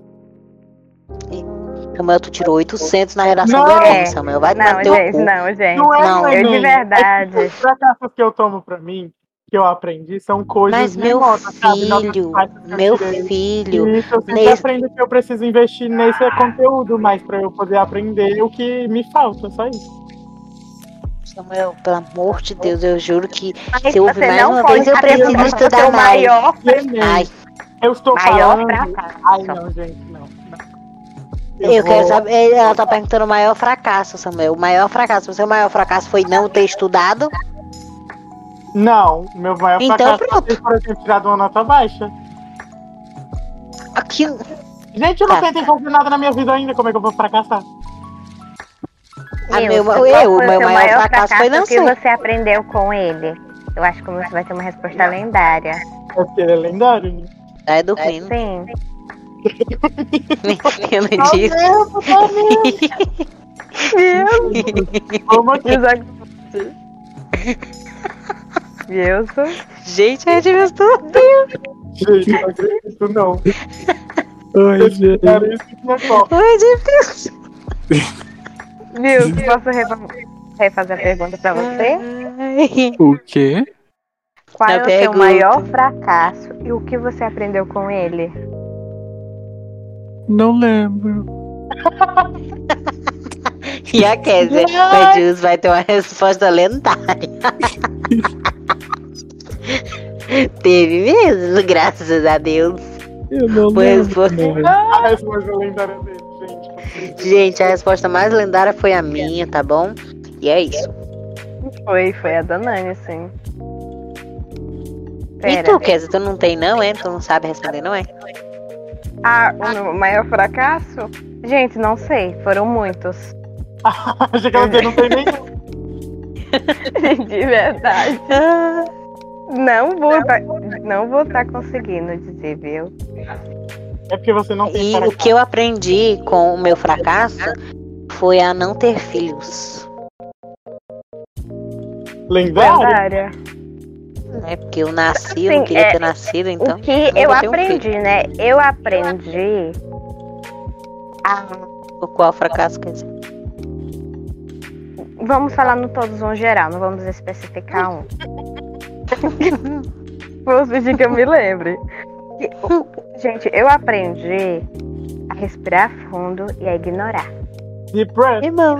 Samuel, tu tirou 800 na redação Não. do É. Enem, Samuel. Vai Não, não, teu gente, cu. não, gente. Não é, Não, Nani? eu de verdade. É que os fracassos que eu tomo pra mim, que eu aprendi, são é coisas Mas meu remotas, sabe? Não filho, faixas que eu meu tirei. filho, E isso eu sempre nesse- aprendo que eu preciso investir nesse conteúdo mais pra eu poder aprender o que me falta, só isso. Samuel, pelo amor de Deus, eu juro que Mas se eu ouvir mais uma vez, eu preciso estudar mais. maior, Neném, Ai, é eu estou maior falando. Ai, fracasso. não, gente, não. eu, Eu quero vou- saber. Ela tá perguntando o maior fracasso, Samuel. O maior fracasso. O seu maior fracasso foi não ter estudado? Não, meu maior Então, fracasso pronto. foi por eu ter tirado uma nota baixa. Aqui. Gente, eu não Tá. tentei fazer nada na minha vida ainda, como é que eu vou fracassar? Ah, Nilson, meu- qual eu, foi o o seu meu maior fracasso foi não que ser. você aprendeu com ele. Eu acho que você vai ter uma resposta lendária. É porque ele é lendário, né? É do Queen. Sim. Nem entendo disso. Como aqui? Wilson. Gente, é de mistura. Gente, eu não acredito, não. Ai, gente. Era isso que tinha Copa. É de Wilson, posso refa- refazer a pergunta pra você? mistura. O quê? Qual Na é o seu pergunta. maior fracasso e o que você aprendeu com ele? Não lembro. E a Kézia Medius vai ter uma resposta lendária. Teve mesmo, graças a Deus. Eu não Foi a lembro. resposta- mãe. A resposta lendária é dele, gente. Gente, a resposta mais lendária foi a minha, tá bom? E é isso. Foi, foi a Danani, sim. E Pera. tu, Kézia, tu não tem não, é? Tu não sabe responder, não é? Ah, o meu maior fracasso? Gente, não sei. Foram muitos. Achei que ela dizia, não tem nenhum. De verdade. Ah. Não vou, tá- não vou estar conseguindo dizer, viu? É porque você não tem E o fracasso. que eu aprendi com o meu fracasso foi a não ter filhos. Lendário? Lendária. Né? Porque eu nasci, eu não Assim, queria é, ter nascido, então. o que não eu vou ter um aprendi, né? Eu aprendi O qual fracasso, Kézia? Vamos falar no todos um geral, não vamos especificar um. Vou fingir que eu me lembre. Que- Gente, eu aprendi a respirar fundo e a ignorar. Deep breath. É bom.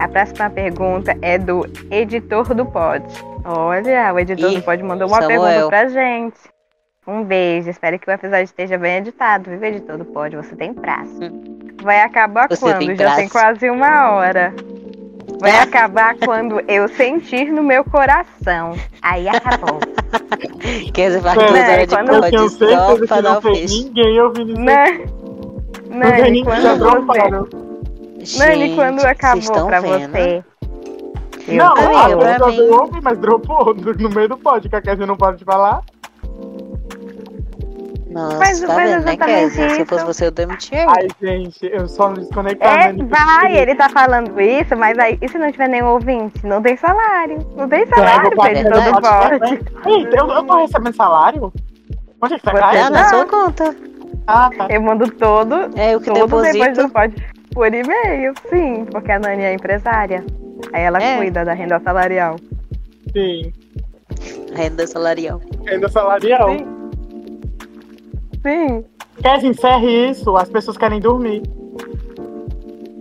A próxima pergunta é do editor do Pod. Olha, o editor Ih, do Pod mandou uma Samuel. pergunta pra gente. Um beijo, espero que o episódio esteja bem editado, viu, editor do Pod? Você tem prazo. Vai acabar Hum. Você quando? tem Já prazo. tem quase uma hora. Vai É. acabar quando eu sentir no meu coração. Aí acabou. Kézia faz Não, duas é, horas de quando Eu tenho pod só pra certeza que dar o não tem peixe. ninguém ouvindo isso. Nani, Não tem Nani, ninguém Né, já um né? quando você, droparam. Nani, quando vocês acabou estão pra vendo? né? você? Eu Não, também, a eu pessoa também. não ouve, mas dropou no meio do pod, que a Kézia não pode falar. Nossa, Mas- tá mas vendo, né, exatamente Kézia? Se eu fosse isso. você, eu um demitia Ah, ele. Ai, gente, eu só né, me desconectar. É, vai, ele tá falando isso, mas aí, e se não tiver nenhum ouvinte? Não tem salário. Não tem salário pra pagar. editor do Verdade. Pod. Eita, né? eu, eu tô recebendo salário? Onde é que tá Você- Ah, caindo? na não. sua conta. Ah, tá. Eu mando todo, É eu que todo depois do deposito. Pod por e-mail, sim, porque a Nani é empresária. Aí ela É. cuida da renda salarial. Sim. Renda salarial. Ainda salarial. Sim. Sim, Kézia, encerre isso. As pessoas querem dormir.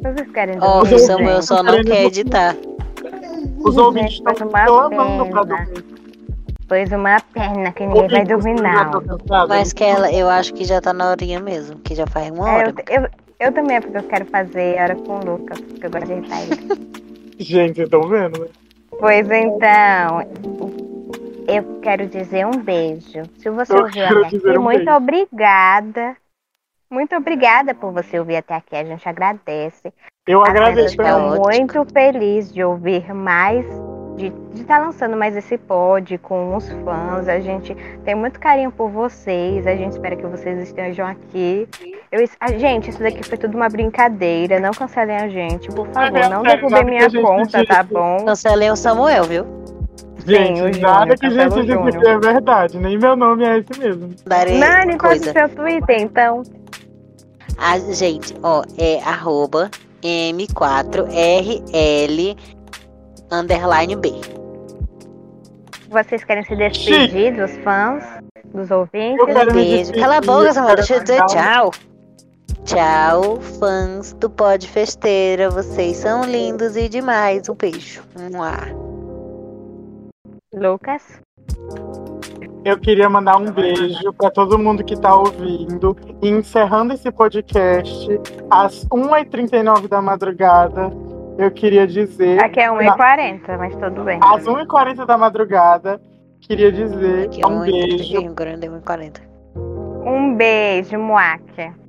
vocês querem Ó, é dormir, o Samuel gente? só não quer editar. Os ouvintes estão mas uma clamando pra pena. dormir. Pois uma perna que ninguém vai dormir, já tá não. tô cansado. Mas que ela, eu acho que já tá na horinha mesmo, que já faz uma É, eu, hora. te- eu, eu também, é porque eu quero fazer hora com o Lucas, porque eu gosto de irritar ele. Gente, vocês estão vendo? né? pois então, eu quero dizer um beijo. Se você Eu ouviu quero até dizer aqui, um muito beijo. obrigada. Muito obrigada por você ouvir até aqui, a gente agradece. Eu As agradeço. pessoas é ficam muito feliz de ouvir mais, de estar lançando mais esse pod com os fãs. A gente tem muito carinho por vocês, a gente espera que vocês estejam aqui. Eu, es- ah, gente, isso daqui foi tudo uma brincadeira, não cancelem a gente, por favor, é não derrubem sério, nada que minha a gente conta, disse. tá bom? Cancelei o Samuel, viu? Sim, o Gente, nada Júnior, que a cancela gente o disse Júnior. aqui é verdade. Nem meu nome é esse mesmo. Darei Nani, qual é o coisa. seu Twitter, então? A gente, ó, é arroba M4RL underline B. Vocês querem se despedir dos fãs, dos ouvintes? Eu quero me Beijo. despedir, Cala a boca, Samuel. quero Deixa eu dizer mandar um- tchau. Tchau, fãs do Pod Festeira. Vocês são lindos e demais. Um beijo. Mua. Lucas? Eu queria mandar um beijo pra todo mundo que tá ouvindo. E encerrando esse podcast, às 1h39 da madrugada, eu queria dizer. Aqui é 1h40, mas tudo bem. Às 1h40 da madrugada, queria dizer Aqui é um um beijo. grande, um 40. Um beijo, Moaque.